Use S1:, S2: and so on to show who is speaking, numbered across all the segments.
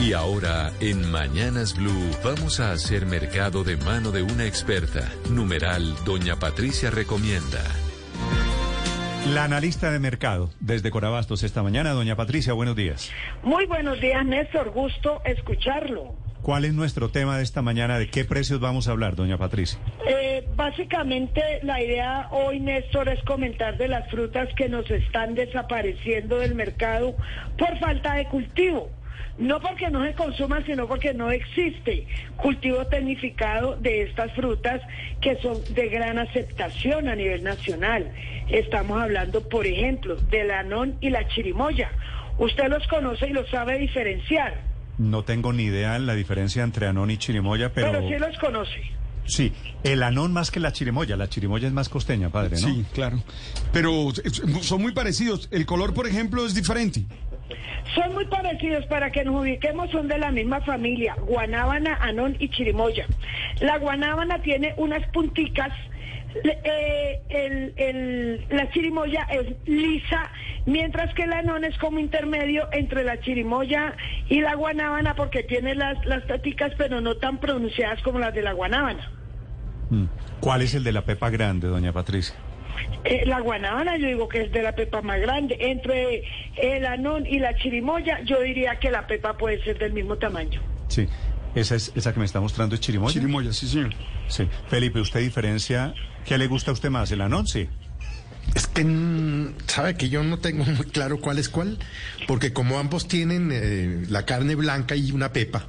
S1: Y ahora, en Mañanas Blue, vamos a hacer mercado de mano de una experta. Numeral, doña Patricia recomienda.
S2: La analista de mercado desde Corabastos esta mañana, doña Patricia, buenos días.
S3: Muy buenos días, Néstor. Gusto escucharlo.
S2: ¿Cuál es nuestro tema de esta mañana? ¿De qué precios vamos a hablar, doña Patricia?
S3: Eh, básicamente la idea hoy, Néstor, es comentar de las frutas que nos están desapareciendo del mercado por falta de cultivo. No porque no se consuman, sino porque no existe cultivo tecnificado de estas frutas que son de gran aceptación a nivel nacional. Estamos hablando, por ejemplo, del anón y la chirimoya. Usted los conoce y los sabe diferenciar.
S2: No tengo ni idea de la diferencia entre anón y chirimoya, pero...
S3: Pero sí los conoce.
S2: Sí, el anón más que la chirimoya. La chirimoya es más costeña, padre, ¿no?
S4: Sí, claro. Pero eh, son muy parecidos. El color, por ejemplo, es diferente.
S3: Son muy parecidos para que nos ubiquemos, son de la misma familia, guanábana, anón y chirimoya. La guanábana tiene unas punticas, eh, el, el, la chirimoya es lisa, mientras que el anón es como intermedio entre la chirimoya y la guanábana porque tiene las, las táticas pero no tan pronunciadas como las de la guanábana.
S2: Mm. ¿Cuál es el de la pepa grande, doña Patricia?
S3: Eh, la guanábana yo digo que es de la pepa más grande. Entre el anón y la chirimoya, yo diría que la pepa puede ser del mismo tamaño.
S2: Sí, esa es esa que me está mostrando es chirimoya.
S4: Chirimoya, sí, señor.
S2: Sí. Felipe, usted diferencia, ¿qué le gusta a usted más, el anón, sí?
S5: Es que mm, sabe que yo no tengo muy claro cuál es cuál, porque como ambos tienen eh, la carne blanca y una pepa.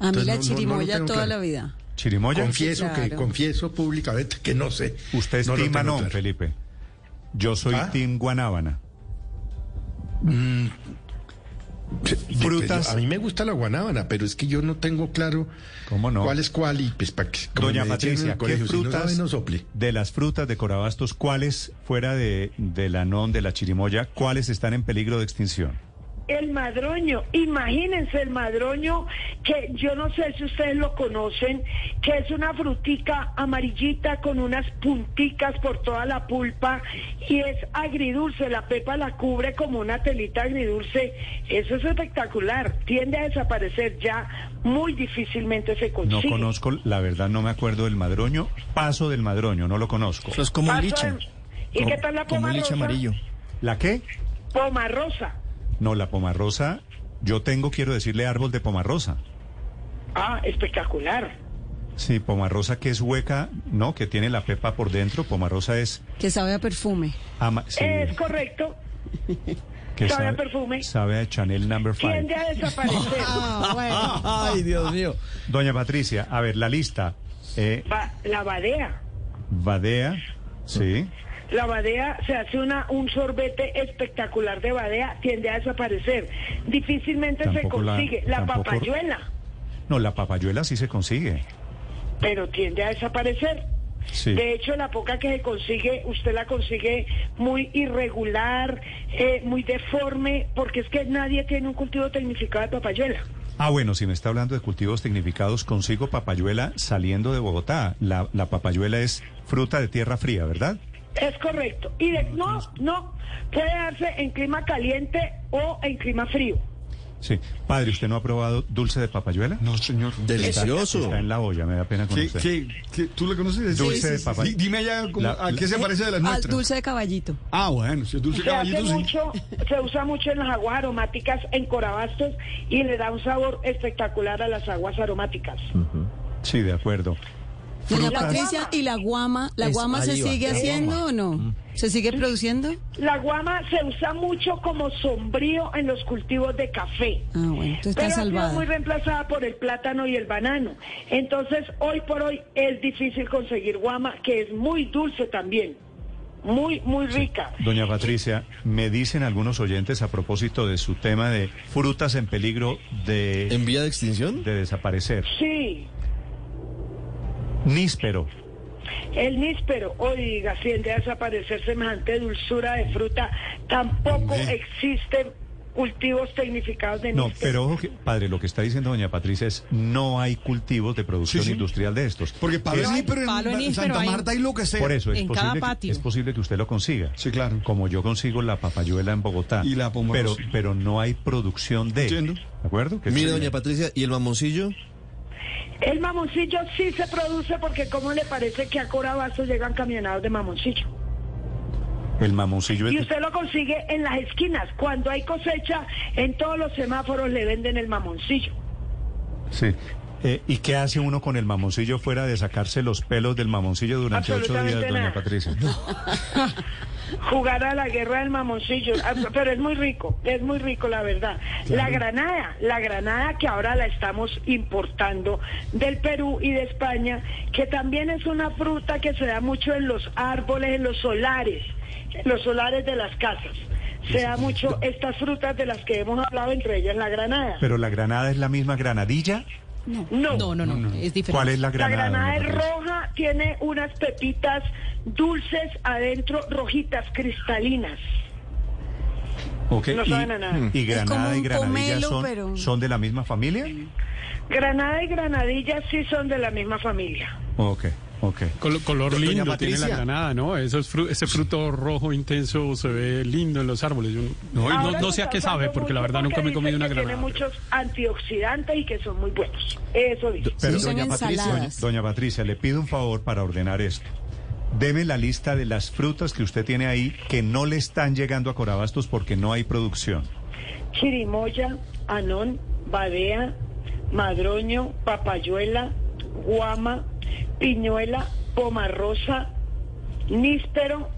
S6: A mí la no, chirimoya no, no toda claro. la vida.
S2: ¿Chirimoya?
S5: Confieso claro. que confieso públicamente que no sé.
S2: Usted es no team Anón, claro. Felipe. Yo soy ¿Ah? Team Guanábana.
S5: Mm, Frutas. A mí me gusta la guanábana, pero es que yo no tengo claro
S2: ¿Cómo no?
S5: cuál es cuál y pues para que
S2: Doña Patricia, colegio, ¿qué frutas si no sabe, de las frutas de Corabastos, cuáles fuera de, del anón, de la chirimoya, cuáles están en peligro de extinción?
S3: El madroño, imagínense el madroño que yo no sé si ustedes lo conocen, que es una frutica amarillita con unas punticas por toda la pulpa y es agridulce, la pepa la cubre como una telita agridulce, eso es espectacular, tiende a desaparecer ya, muy difícilmente se
S2: No
S3: consigue.
S2: conozco, la verdad no me acuerdo del madroño, paso del madroño, no lo conozco.
S4: Eso es como un liche.
S3: Del... ¿Y como, qué tal la poma rosa?
S4: amarillo.
S2: ¿La qué?
S3: Poma rosa.
S2: No, la pomarrosa, yo tengo, quiero decirle, árbol de pomarrosa.
S3: Ah, espectacular.
S2: Sí, pomarrosa que es hueca, no, que tiene la pepa por dentro, pomarrosa es...
S6: Que sabe a perfume.
S2: Ama, sí.
S3: Es correcto.
S2: Que
S3: sabe, sabe, a perfume.
S2: Sabe a Chanel Number 5.
S3: Tiende a desaparecer.
S6: oh, bueno.
S4: Ay, Dios mío.
S2: Doña Patricia, a ver, la lista. Eh,
S3: Va, la badea.
S2: Badea, sí.
S3: La badea se hace una, un sorbete espectacular de badea, tiende a desaparecer. Difícilmente tampoco se consigue. La, la tampoco... papayuela.
S2: No, la papayuela sí se consigue.
S3: Pero tiende a desaparecer. Sí. De hecho, la poca que se consigue, usted la consigue muy irregular, eh, muy deforme, porque es que nadie tiene un cultivo tecnificado de papayuela.
S2: Ah, bueno, si me está hablando de cultivos tecnificados, consigo papayuela saliendo de Bogotá. La, la papayuela es fruta de tierra fría, ¿verdad?
S3: Es correcto. Y de, no, no, puede darse en clima caliente o en clima frío.
S2: Sí. Padre, ¿usted no ha probado dulce de papayuela?
S4: No, señor.
S2: Delicioso. Está, está en la olla, me da pena conocer.
S4: ¿Qué, qué, qué tú lo conoces?
S2: Dulce sí, de sí, papayuela.
S4: Dime ya cómo, la, a qué se parece de las nuestras.
S6: ah, Al dulce de caballito.
S4: Ah, bueno, si es dulce de caballito,
S3: hace mucho, se usa mucho en las aguas aromáticas, en corabastos, y le da un sabor espectacular a las aguas aromáticas.
S2: Uh -huh. Sí, de acuerdo.
S6: Doña Patricia, ¿y la guama? ¿La guama se sigue haciendo o no? ¿Se sigue produciendo?
S3: La guama se usa mucho como sombrío en los cultivos de café.
S6: Ah, bueno, tú estás
S3: pero
S6: salvada.
S3: ha sido muy reemplazada por el plátano y el banano. Entonces, hoy por hoy es difícil conseguir guama, que es muy dulce también. Muy, muy rica.
S2: Doña Patricia, me dicen algunos oyentes a propósito de su tema de frutas en peligro de...
S4: ¿En vía de extinción?
S2: De desaparecer.
S3: Sí.
S2: Níspero.
S3: El níspero, oiga, tiende a desaparecer semejante dulzura de fruta. Tampoco existe cultivos tecnificados de
S2: No,
S3: níspero.
S2: pero ojo, que, padre, lo que está diciendo doña Patricia es no hay cultivos de producción
S4: Sí, sí.
S2: industrial de estos.
S4: Porque palo
S2: Es-
S4: en níspero en,
S7: palo en
S4: en
S7: níspero
S4: Santa
S7: hay-
S4: Marta y lo que sea.
S2: Por eso, es,
S7: en cada
S2: posible que,
S7: patio.
S2: es posible que usted lo consiga.
S4: Sí, claro.
S2: Como yo consigo la papayuela en Bogotá.
S4: Y la
S2: pero,
S4: pomorosa.
S2: pero no hay producción de...
S4: Entiendo.
S2: ¿De acuerdo? Que
S8: Mire,
S2: sí.
S8: doña Patricia, ¿y el mamoncillo?
S3: El mamoncillo sí se produce porque ¿cómo le parece que a Corabazo llegan camionados de mamoncillo?
S2: El mamoncillo este. es...
S3: Y usted lo consigue en las esquinas. Cuando hay cosecha, en todos los semáforos le venden el mamoncillo.
S2: Sí. Eh, ¿Y qué hace uno con el mamoncillo fuera de sacarse los pelos del mamoncillo durante ocho días,
S3: Absolutamente
S2: doña
S3: nada.
S2: Patricia?
S3: Jugar a la guerra del mamoncillo. Ah, Pero es muy rico, es muy rico la verdad. La granada, la granada que ahora la estamos importando del Perú y de España, que también es una fruta que se da mucho en los árboles, en los solares, en los solares de las casas. Se da mucho estas frutas de las que hemos hablado, entre ellas la granada.
S2: Pero la granada es la misma granadilla.
S3: No.
S7: No, no, no, es diferente.
S2: ¿Cuál es la
S3: La
S2: granada?
S3: granada
S2: doña
S3: es
S2: Patricia?
S3: roja, tiene unas pepitas dulces adentro, rojitas, cristalinas.
S2: Ok,
S3: No
S2: y,
S3: saben a nada.
S2: y
S6: como
S2: granada y
S6: un
S2: granadilla
S6: pomelo,
S2: son,
S6: pero-
S2: son de la misma familia.
S3: Granada y granadilla sí son de la misma familia.
S2: Ok, ok.
S9: Col- color
S8: Doña
S9: lindo tiene la
S8: Patricia.
S9: granada, ¿no? Eso es fru- ese fruto rojo intenso se ve lindo en los árboles. Yo no, no-
S3: Ahora
S9: no
S3: se
S9: sé a
S3: está
S9: qué sabe,
S3: usando
S9: porque la
S3: mucho
S9: verdad nunca
S3: porque
S9: me he comido
S3: dicen
S9: una
S3: que
S9: granada.
S3: Tiene muchos antioxidantes y que son muy buenos. Eso dice.
S2: Pero,
S6: Sí, son
S2: doña, Patricia, doña,
S6: ensaladas.
S2: doña Patricia, le pido un favor para ordenar esto. Deme la lista de las frutas que usted tiene ahí que no le están llegando a Corabastos porque no hay producción.
S3: Chirimoya, anón, badea, madroño, papayuela, guama, piñuela, pomarrosa, níspero,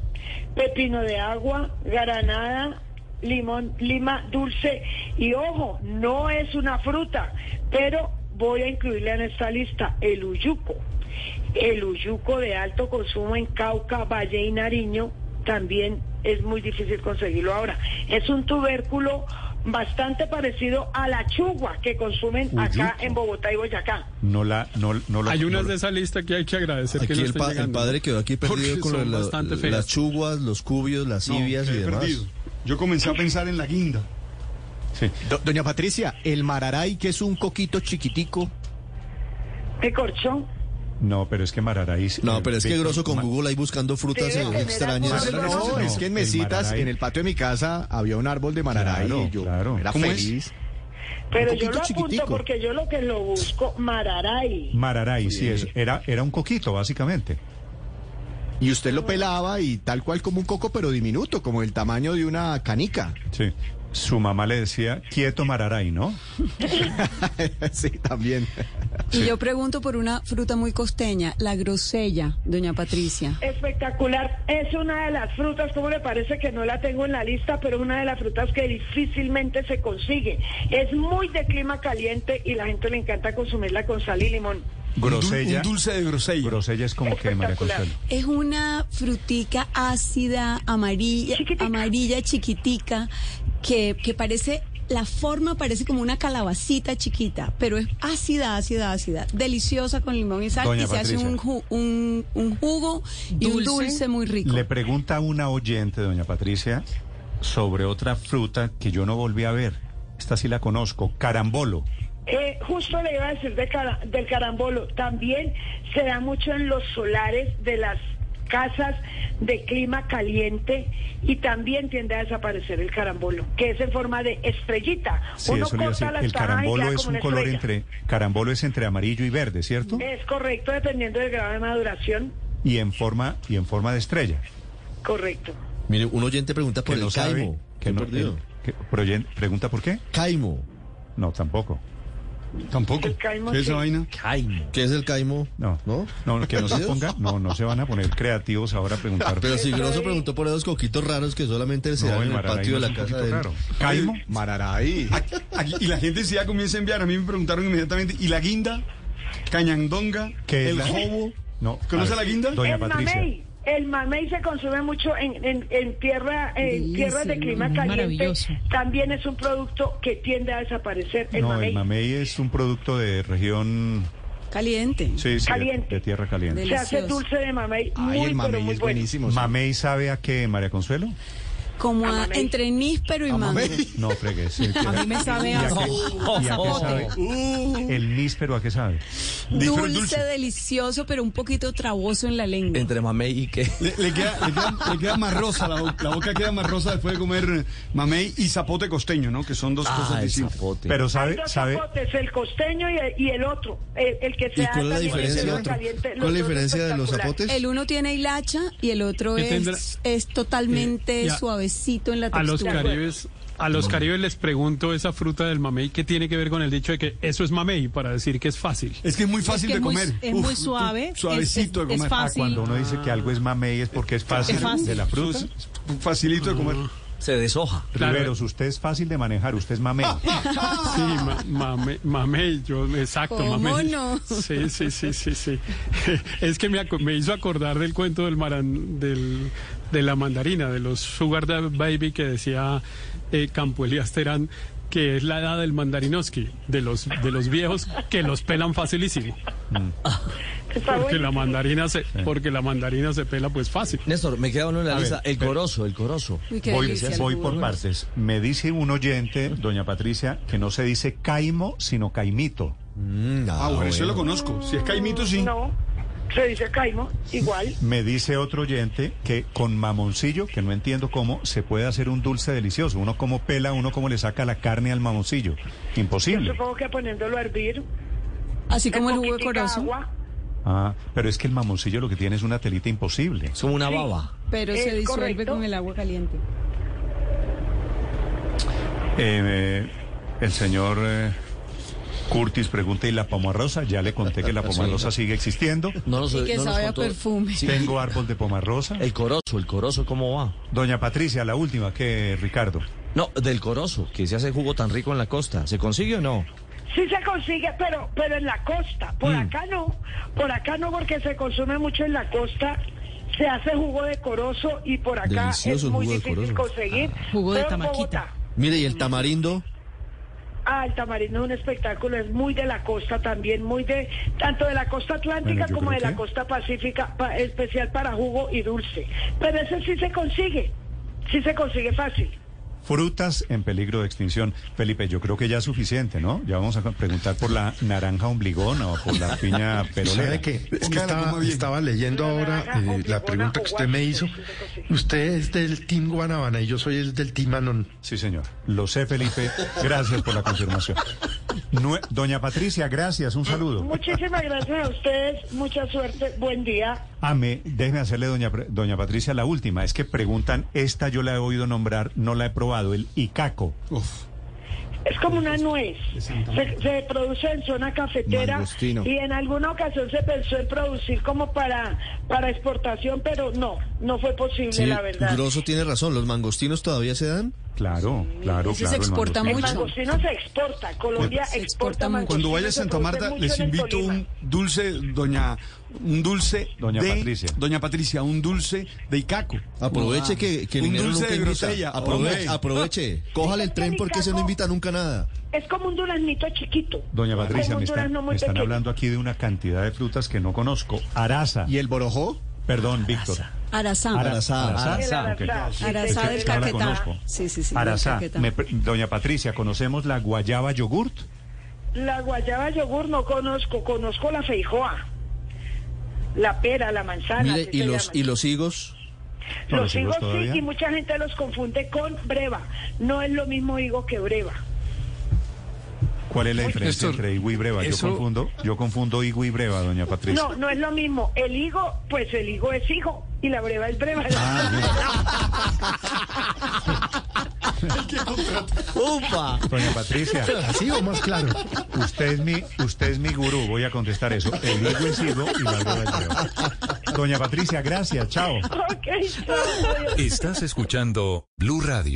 S3: pepino de agua, granada, limón, lima dulce. Y ojo, no es una fruta, pero voy a incluirle en esta lista el uyuco. El uyuco de alto consumo en Cauca, Valle y Nariño también es muy difícil conseguirlo ahora. Es un tubérculo bastante parecido a la chugua que consumen acá en Bogotá y Boyacá.
S2: No la, no, no lo-
S9: Hay
S2: no
S9: unas
S2: lo-
S9: de esa lista que hay que agradecer que
S8: Aquí
S9: no
S8: el,
S9: estén
S8: pa- el
S9: llegando.
S8: padre quedó aquí perdido
S9: Porque
S8: con lo de
S9: son
S8: la-
S9: bastante feas.
S8: las chuguas, los cubios, las
S4: No,
S8: ibias y
S4: quedé
S8: demás.
S4: perdido. Yo comencé a pensar en la guinda.
S2: Sí.
S10: Do- Doña Patricia, el mararay, que es un coquito chiquitico.
S3: ¿Qué corchón?
S2: No, pero es que Mararaí...
S8: No, pero es que
S2: Víctor,
S8: grosso con
S2: ma-
S8: Google ahí buscando frutas
S3: Debe
S8: eh,
S3: tener
S5: Ah,
S8: extrañas.
S3: alguna-
S10: No,
S2: No,
S10: es que en
S2: el
S10: mesitas,
S2: Mararay.
S10: en el patio de mi casa, había un árbol de mararay
S2: Claro,
S10: y yo
S2: claro.
S10: era
S4: ¿Cómo es?
S10: feliz.
S3: Pero
S10: Un
S3: yo lo
S10: poquito
S3: apunto
S10: chiquitico.
S3: porque yo lo que lo busco, Mararay.
S2: Mararaí, sí, es, era, era un coquito, básicamente.
S10: Y usted lo pelaba y tal cual como un coco, pero diminuto, como el tamaño de una canica.
S2: Sí. Su mamá le decía, quieto Mararaí, ¿no?
S10: sí, también.
S6: Y yo pregunto por una fruta muy costeña, la grosella, doña Patricia.
S3: Espectacular. Es una de las frutas, como le parece que no la tengo en la lista, pero es una de las frutas que difícilmente se consigue. Es muy de clima caliente y la gente le encanta consumirla con sal y limón.
S2: Grosella.
S4: Un dulce de grosella.
S2: Grosella es como que María Consuelo.
S6: Es una frutica ácida, amarilla,
S3: Chiquitica.
S6: amarilla chiquitica, que, que parece, la forma parece como una calabacita chiquita, pero es ácida, ácida, ácida, deliciosa con limón y sal,
S2: Doña
S6: y se hace
S2: Patricia.
S6: un, ju- un, un jugo y un
S7: Dulce.
S6: dulce muy rico.
S2: Le pregunta a una oyente, doña Patricia, sobre otra fruta que yo no volví a ver. Esta sí la conozco, carambolo.
S3: Eh, justo le iba a decir de cara- del carambolo. También se da mucho en los solares de las casas de clima caliente y también tiende a desaparecer el carambolo, que es en forma de estrellita.
S2: Sí,
S3: Uno
S2: eso le iba a
S3: corta
S2: decir.
S3: las
S2: El
S3: tajas y
S2: carambolo
S3: queda
S2: es
S3: como
S2: un
S3: una
S2: color
S3: estrella. Eh.
S2: entre carambolo es entre amarillo y verde, ¿cierto?
S3: Es correcto, dependiendo del grado de maduración.
S2: Y en forma y en forma de estrella.
S3: Correcto.
S8: Mire, un oyente pregunta
S2: Que
S8: por el
S2: no sabe,
S8: caimo.
S2: que
S8: Qué
S2: no-
S8: perdido.
S2: que- pero oyen- pregunta por qué?
S8: Caimo.
S2: No, tampoco.
S4: Tampoco.
S3: El caimo,
S4: ¿Qué es
S3: sí.
S4: esa vaina?
S8: ¿Qué es el caimo?
S2: No.
S8: ¿No?
S2: No, que no se ponga, no, no se van a poner creativos ahora a preguntar.
S8: Ah, Pero si
S3: Estoy-
S8: Grosso preguntó por esos coquitos raros que solamente se
S2: No,
S8: dan en el
S2: Mararay
S8: patio de
S2: no
S8: la
S2: es un
S8: casa
S2: poquito
S8: de
S2: raro. Caimo,
S10: Mararay.
S4: Aquí- aquí- y la gente ya comienza a enviar. A mí me preguntaron inmediatamente. ¿Y la guinda? ¿Cañandonga?
S2: ¿Qué es
S4: ¿El
S2: la-
S4: jobo?
S2: No,
S4: ¿Conoce
S2: a
S4: la
S2: ver,
S4: guinda?
S2: doña-
S3: el
S2: Patricia.
S3: mamey. El mamey se consume mucho en, en- en tierra en
S7: Delicia,
S3: tierras de
S7: ¿no?
S3: clima
S7: Es
S3: caliente.
S7: maravilloso.
S3: También es un producto que tiende a desaparecer el
S2: no,
S3: mamey.
S2: el mamey es un producto de región
S6: Caliente.
S2: sí, sí, de-
S3: Caliente.
S2: de tierra caliente.
S3: Se hace
S6: Delicioso.
S3: dulce de mamey
S10: Ay,
S3: muy
S10: el
S3: pero
S10: mamey
S3: muy
S10: es
S3: bueno.
S10: buenísimo. sí.
S2: ¿Mamey sabe a qué, María Consuelo?
S6: como a-
S3: Amamey.
S6: entre níspero y mango.
S2: No fregues. ¿Y
S7: A mí me sabe
S2: a
S7: a... Uh.
S2: qué, y a qué sabe? El níspero, ¿a qué sabe?
S4: Níspero
S6: Dulce,
S4: dulce.
S6: delicioso, pero un poquito traboso en la lengua.
S8: Entre mamey y qué.
S4: Le, le queda, le queda- le queda más rosa, la, bo- la boca queda más rosa después de comer eh, mamey y zapote costeño, ¿no? Que son dos cosas distintas.
S2: Pero
S3: Hay
S2: sabe,
S3: dos
S2: sabe,
S3: zapotes, el costeño y el, y el otro, el, el que se
S8: ¿Y cuál
S3: ata
S8: es la
S3: y el que
S8: diferencia
S3: se
S8: del
S3: lo
S8: otro?
S3: caliente, los
S8: ¿Cuál es la
S3: dos
S8: diferencia de los
S3: espectaculares.
S8: zapotes?
S6: El uno tiene hilacha y el otro
S9: ¿Qué
S6: es,
S9: tendrá?
S6: es totalmente
S9: Eh, ya.
S6: suavecito en la
S9: A los
S6: textura.
S9: caribes, a los caribes les pregunto esa fruta del mamey que tiene que ver con el dicho de que eso es mamey para decir que es fácil.
S4: Es que es muy
S7: Es
S4: fácil
S7: que es
S4: de
S7: muy-
S4: comer.
S7: es muy suave, es-
S4: Suavecito
S7: es-
S4: de
S7: es
S4: comer. Ah,
S7: fácil.
S2: cuando uno dice que algo es mamey es porque es fácil,
S7: Es fácil.
S2: de la fruta.
S4: Eso es Facilito de comer.
S8: Se deshoja.
S9: Claro.
S2: Riveros, usted es fácil de manejar, usted es mamey.
S9: Sí, ma- mame- mamey, yo, exacto,
S6: ¿Cómo
S9: mamey.
S6: no?
S9: Sí, sí, sí, sí, sí. Es que me, aco- me hizo acordar del cuento del maran, del, de la mandarina, de los Sugar Da- Baby que decía eh, Campo Elías Terán, que es la edad del mandarinoski, de los, de los viejos que los pelan facilísimo.
S3: Está
S9: Porque
S3: bueno.
S9: la mandarina se, porque la mandarina se pela pues fácil.
S8: Néstor, me queda uno en la
S2: A
S8: lista.
S2: ver, Ah,
S8: el
S2: pero-
S8: corozo, el corozo.
S6: Uy, qué
S2: Voy,
S6: delicia el
S2: voy
S6: burro.
S2: por partes. Me dice un oyente, doña Patricia, que no se dice caimo, sino caimito.
S8: Mm,
S4: Ah, bueno, eso
S8: bueno.
S4: lo conozco. Si es caimito, sí.
S3: No, se dice caimo, igual.
S2: Me dice otro oyente que con mamoncillo, que no entiendo cómo, se puede hacer un dulce delicioso. Uno como pela, uno como le saca la carne al mamoncillo. Imposible.
S3: Supongo que poniéndolo a hervir.
S6: Así como el jugo de
S3: poquitica
S6: corazón.
S3: agua,
S2: Ah, pero es que el mamoncillo lo que tiene es una telita imposible.
S8: Es como una baba.
S6: Pero se
S3: Es
S6: disuelve
S3: correcto.
S6: con el agua caliente.
S2: Eh, eh, el señor eh, Curtis pregunta, ¿y la pomarrosa? Ya le conté que la pomarrosa sigue existiendo.
S8: No nos,
S6: Y que
S8: no nos
S6: sabe a
S8: contó-
S6: perfume.
S8: Sí. Eh.
S2: Tengo árbol de pomarrosa.
S8: El corozo, el corozo, ¿cómo va?
S2: Doña Patricia, la última que Ricardo.
S8: No, del corozo, que se hace jugo tan rico en la costa. ¿Se consigue o no?
S3: Sí se consigue, pero pero en la costa. Por
S8: Mm.
S3: acá no. Por acá no, porque se consume mucho en la costa. Se hace jugo de corozo y por acá
S8: Delicioso el
S3: es muy
S8: jugo de
S3: difícil
S8: corozo.
S3: conseguir.
S7: Ah, Jugo de
S3: Pero en
S7: tamaquita.
S3: Bogotá.
S8: Mire, y el tamarindo.
S3: Ah, el tamarindo es un espectáculo, es muy de la costa también, muy de, tanto de la costa atlántica
S2: Bueno, yo
S3: como de
S2: creo
S3: la
S2: que-
S3: costa pacífica, pa- especial para jugo y dulce. Pero ese sí se consigue, sí se consigue fácil.
S2: Frutas en peligro de extinción. Felipe, yo creo que ya es suficiente, ¿no? Ya vamos a preguntar por la naranja ombligona o por la piña perolera.
S5: ¿Sabe qué? Es
S4: Póngala,
S5: que
S4: ponga
S5: estaba,
S4: bien.
S5: estaba leyendo ahora
S3: Naranja,
S5: eh,
S3: obligona
S5: la pregunta que
S3: o
S5: usted me hizo.
S3: Washington, sí, sí, sí.
S5: Usted es del Team Guanabana y yo soy el del Team Anon.
S2: Sí, señor. Lo sé, Felipe. Gracias por la confirmación. Nue- Doña Patricia, gracias. Un saludo.
S3: Muchísimas gracias a ustedes, mucha suerte, buen día.
S2: Ah, me, déjeme hacerle, doña, Pre- doña Patricia, la última. Es que preguntan, esta yo la he oído nombrar, no la he probado, el icaco.
S4: Uf.
S3: Es como una nuez. Se, se produce en zona cafetera
S8: Mangostino.
S3: y en alguna ocasión se pensó en producir como para, para exportación, pero no, no fue posible,
S8: Sí,
S3: la verdad.
S8: Grosso tiene razón. ¿Los mangostinos todavía se dan?
S2: Claro, claro, claro.
S6: ese se
S2: el
S6: exporta
S2: mangostino.
S3: El
S6: mucho.
S3: mangostino se exporta, Colombia
S6: Se exporta
S3: exporta
S6: mucho.
S3: mangostino.
S4: Cuando vaya a
S3: se
S4: Santa
S3: produce
S4: Marta,
S3: mucho
S4: les
S3: en el
S4: invito
S3: Tolima.
S4: un dulce, doña, un dulce
S2: Doña
S4: de-
S2: Patricia.
S4: Doña Patricia, un dulce de Icaco.
S8: Aproveche que, que el
S4: un
S8: minero
S4: dulce
S8: nunca
S4: de
S8: invita.
S4: grosella.
S8: Aproveche,
S4: hombre.
S8: aproveche.
S6: Ah.
S8: Cójale el tren porque se no invita nunca a nada.
S3: Es como un duraznito chiquito.
S2: Doña Patricia,
S3: Como
S2: me
S3: un
S2: están,
S3: durazno muy
S2: me están
S3: pequeño.
S2: hablando aquí de una cantidad de frutas que no conozco. Araza.
S10: ¿Y el borojó?
S2: Perdón, Víctor.
S6: Arazá.
S2: Ara-
S8: Arazá,
S3: arazá.
S2: ok.
S3: Arazá.
S2: Es
S6: Arazá
S2: que
S6: del
S2: no la
S6: Caquetá.
S2: conozco.
S6: Sí, sí, sí. del
S2: Arazá.
S6: Caquetá.
S2: Me pre- Doña Patricia, ¿conocemos la guayaba yogurt?
S3: La guayaba yogur no conozco, conozco la feijoa. La pera, la manzana.
S8: Mire,
S3: así
S8: y
S3: se
S8: los,
S3: llaman.
S8: y los higos.
S2: No,
S3: Los higos sí,
S2: todavía.
S3: y mucha gente los confunde con breva. No es lo mismo higo que breva.
S2: ¿Cuál es la diferencia
S9: Néstor,
S2: entre higo y breva? Yo
S9: eso-
S2: confundo, yo confundo higo y breva, doña Patricia.
S3: No, no es lo mismo. El higo, pues el higo es higo y la breva es breva.
S2: Ah,
S8: ¡Upa!
S2: Doña Patricia,
S5: ¿Así o más claro?
S2: usted es mi, usted es mi gurú, voy a contestar eso. El higo es higo y la breva es breva. Doña Patricia, gracias, chao.
S3: ok, chao.
S1: Estás escuchando Blue Radio.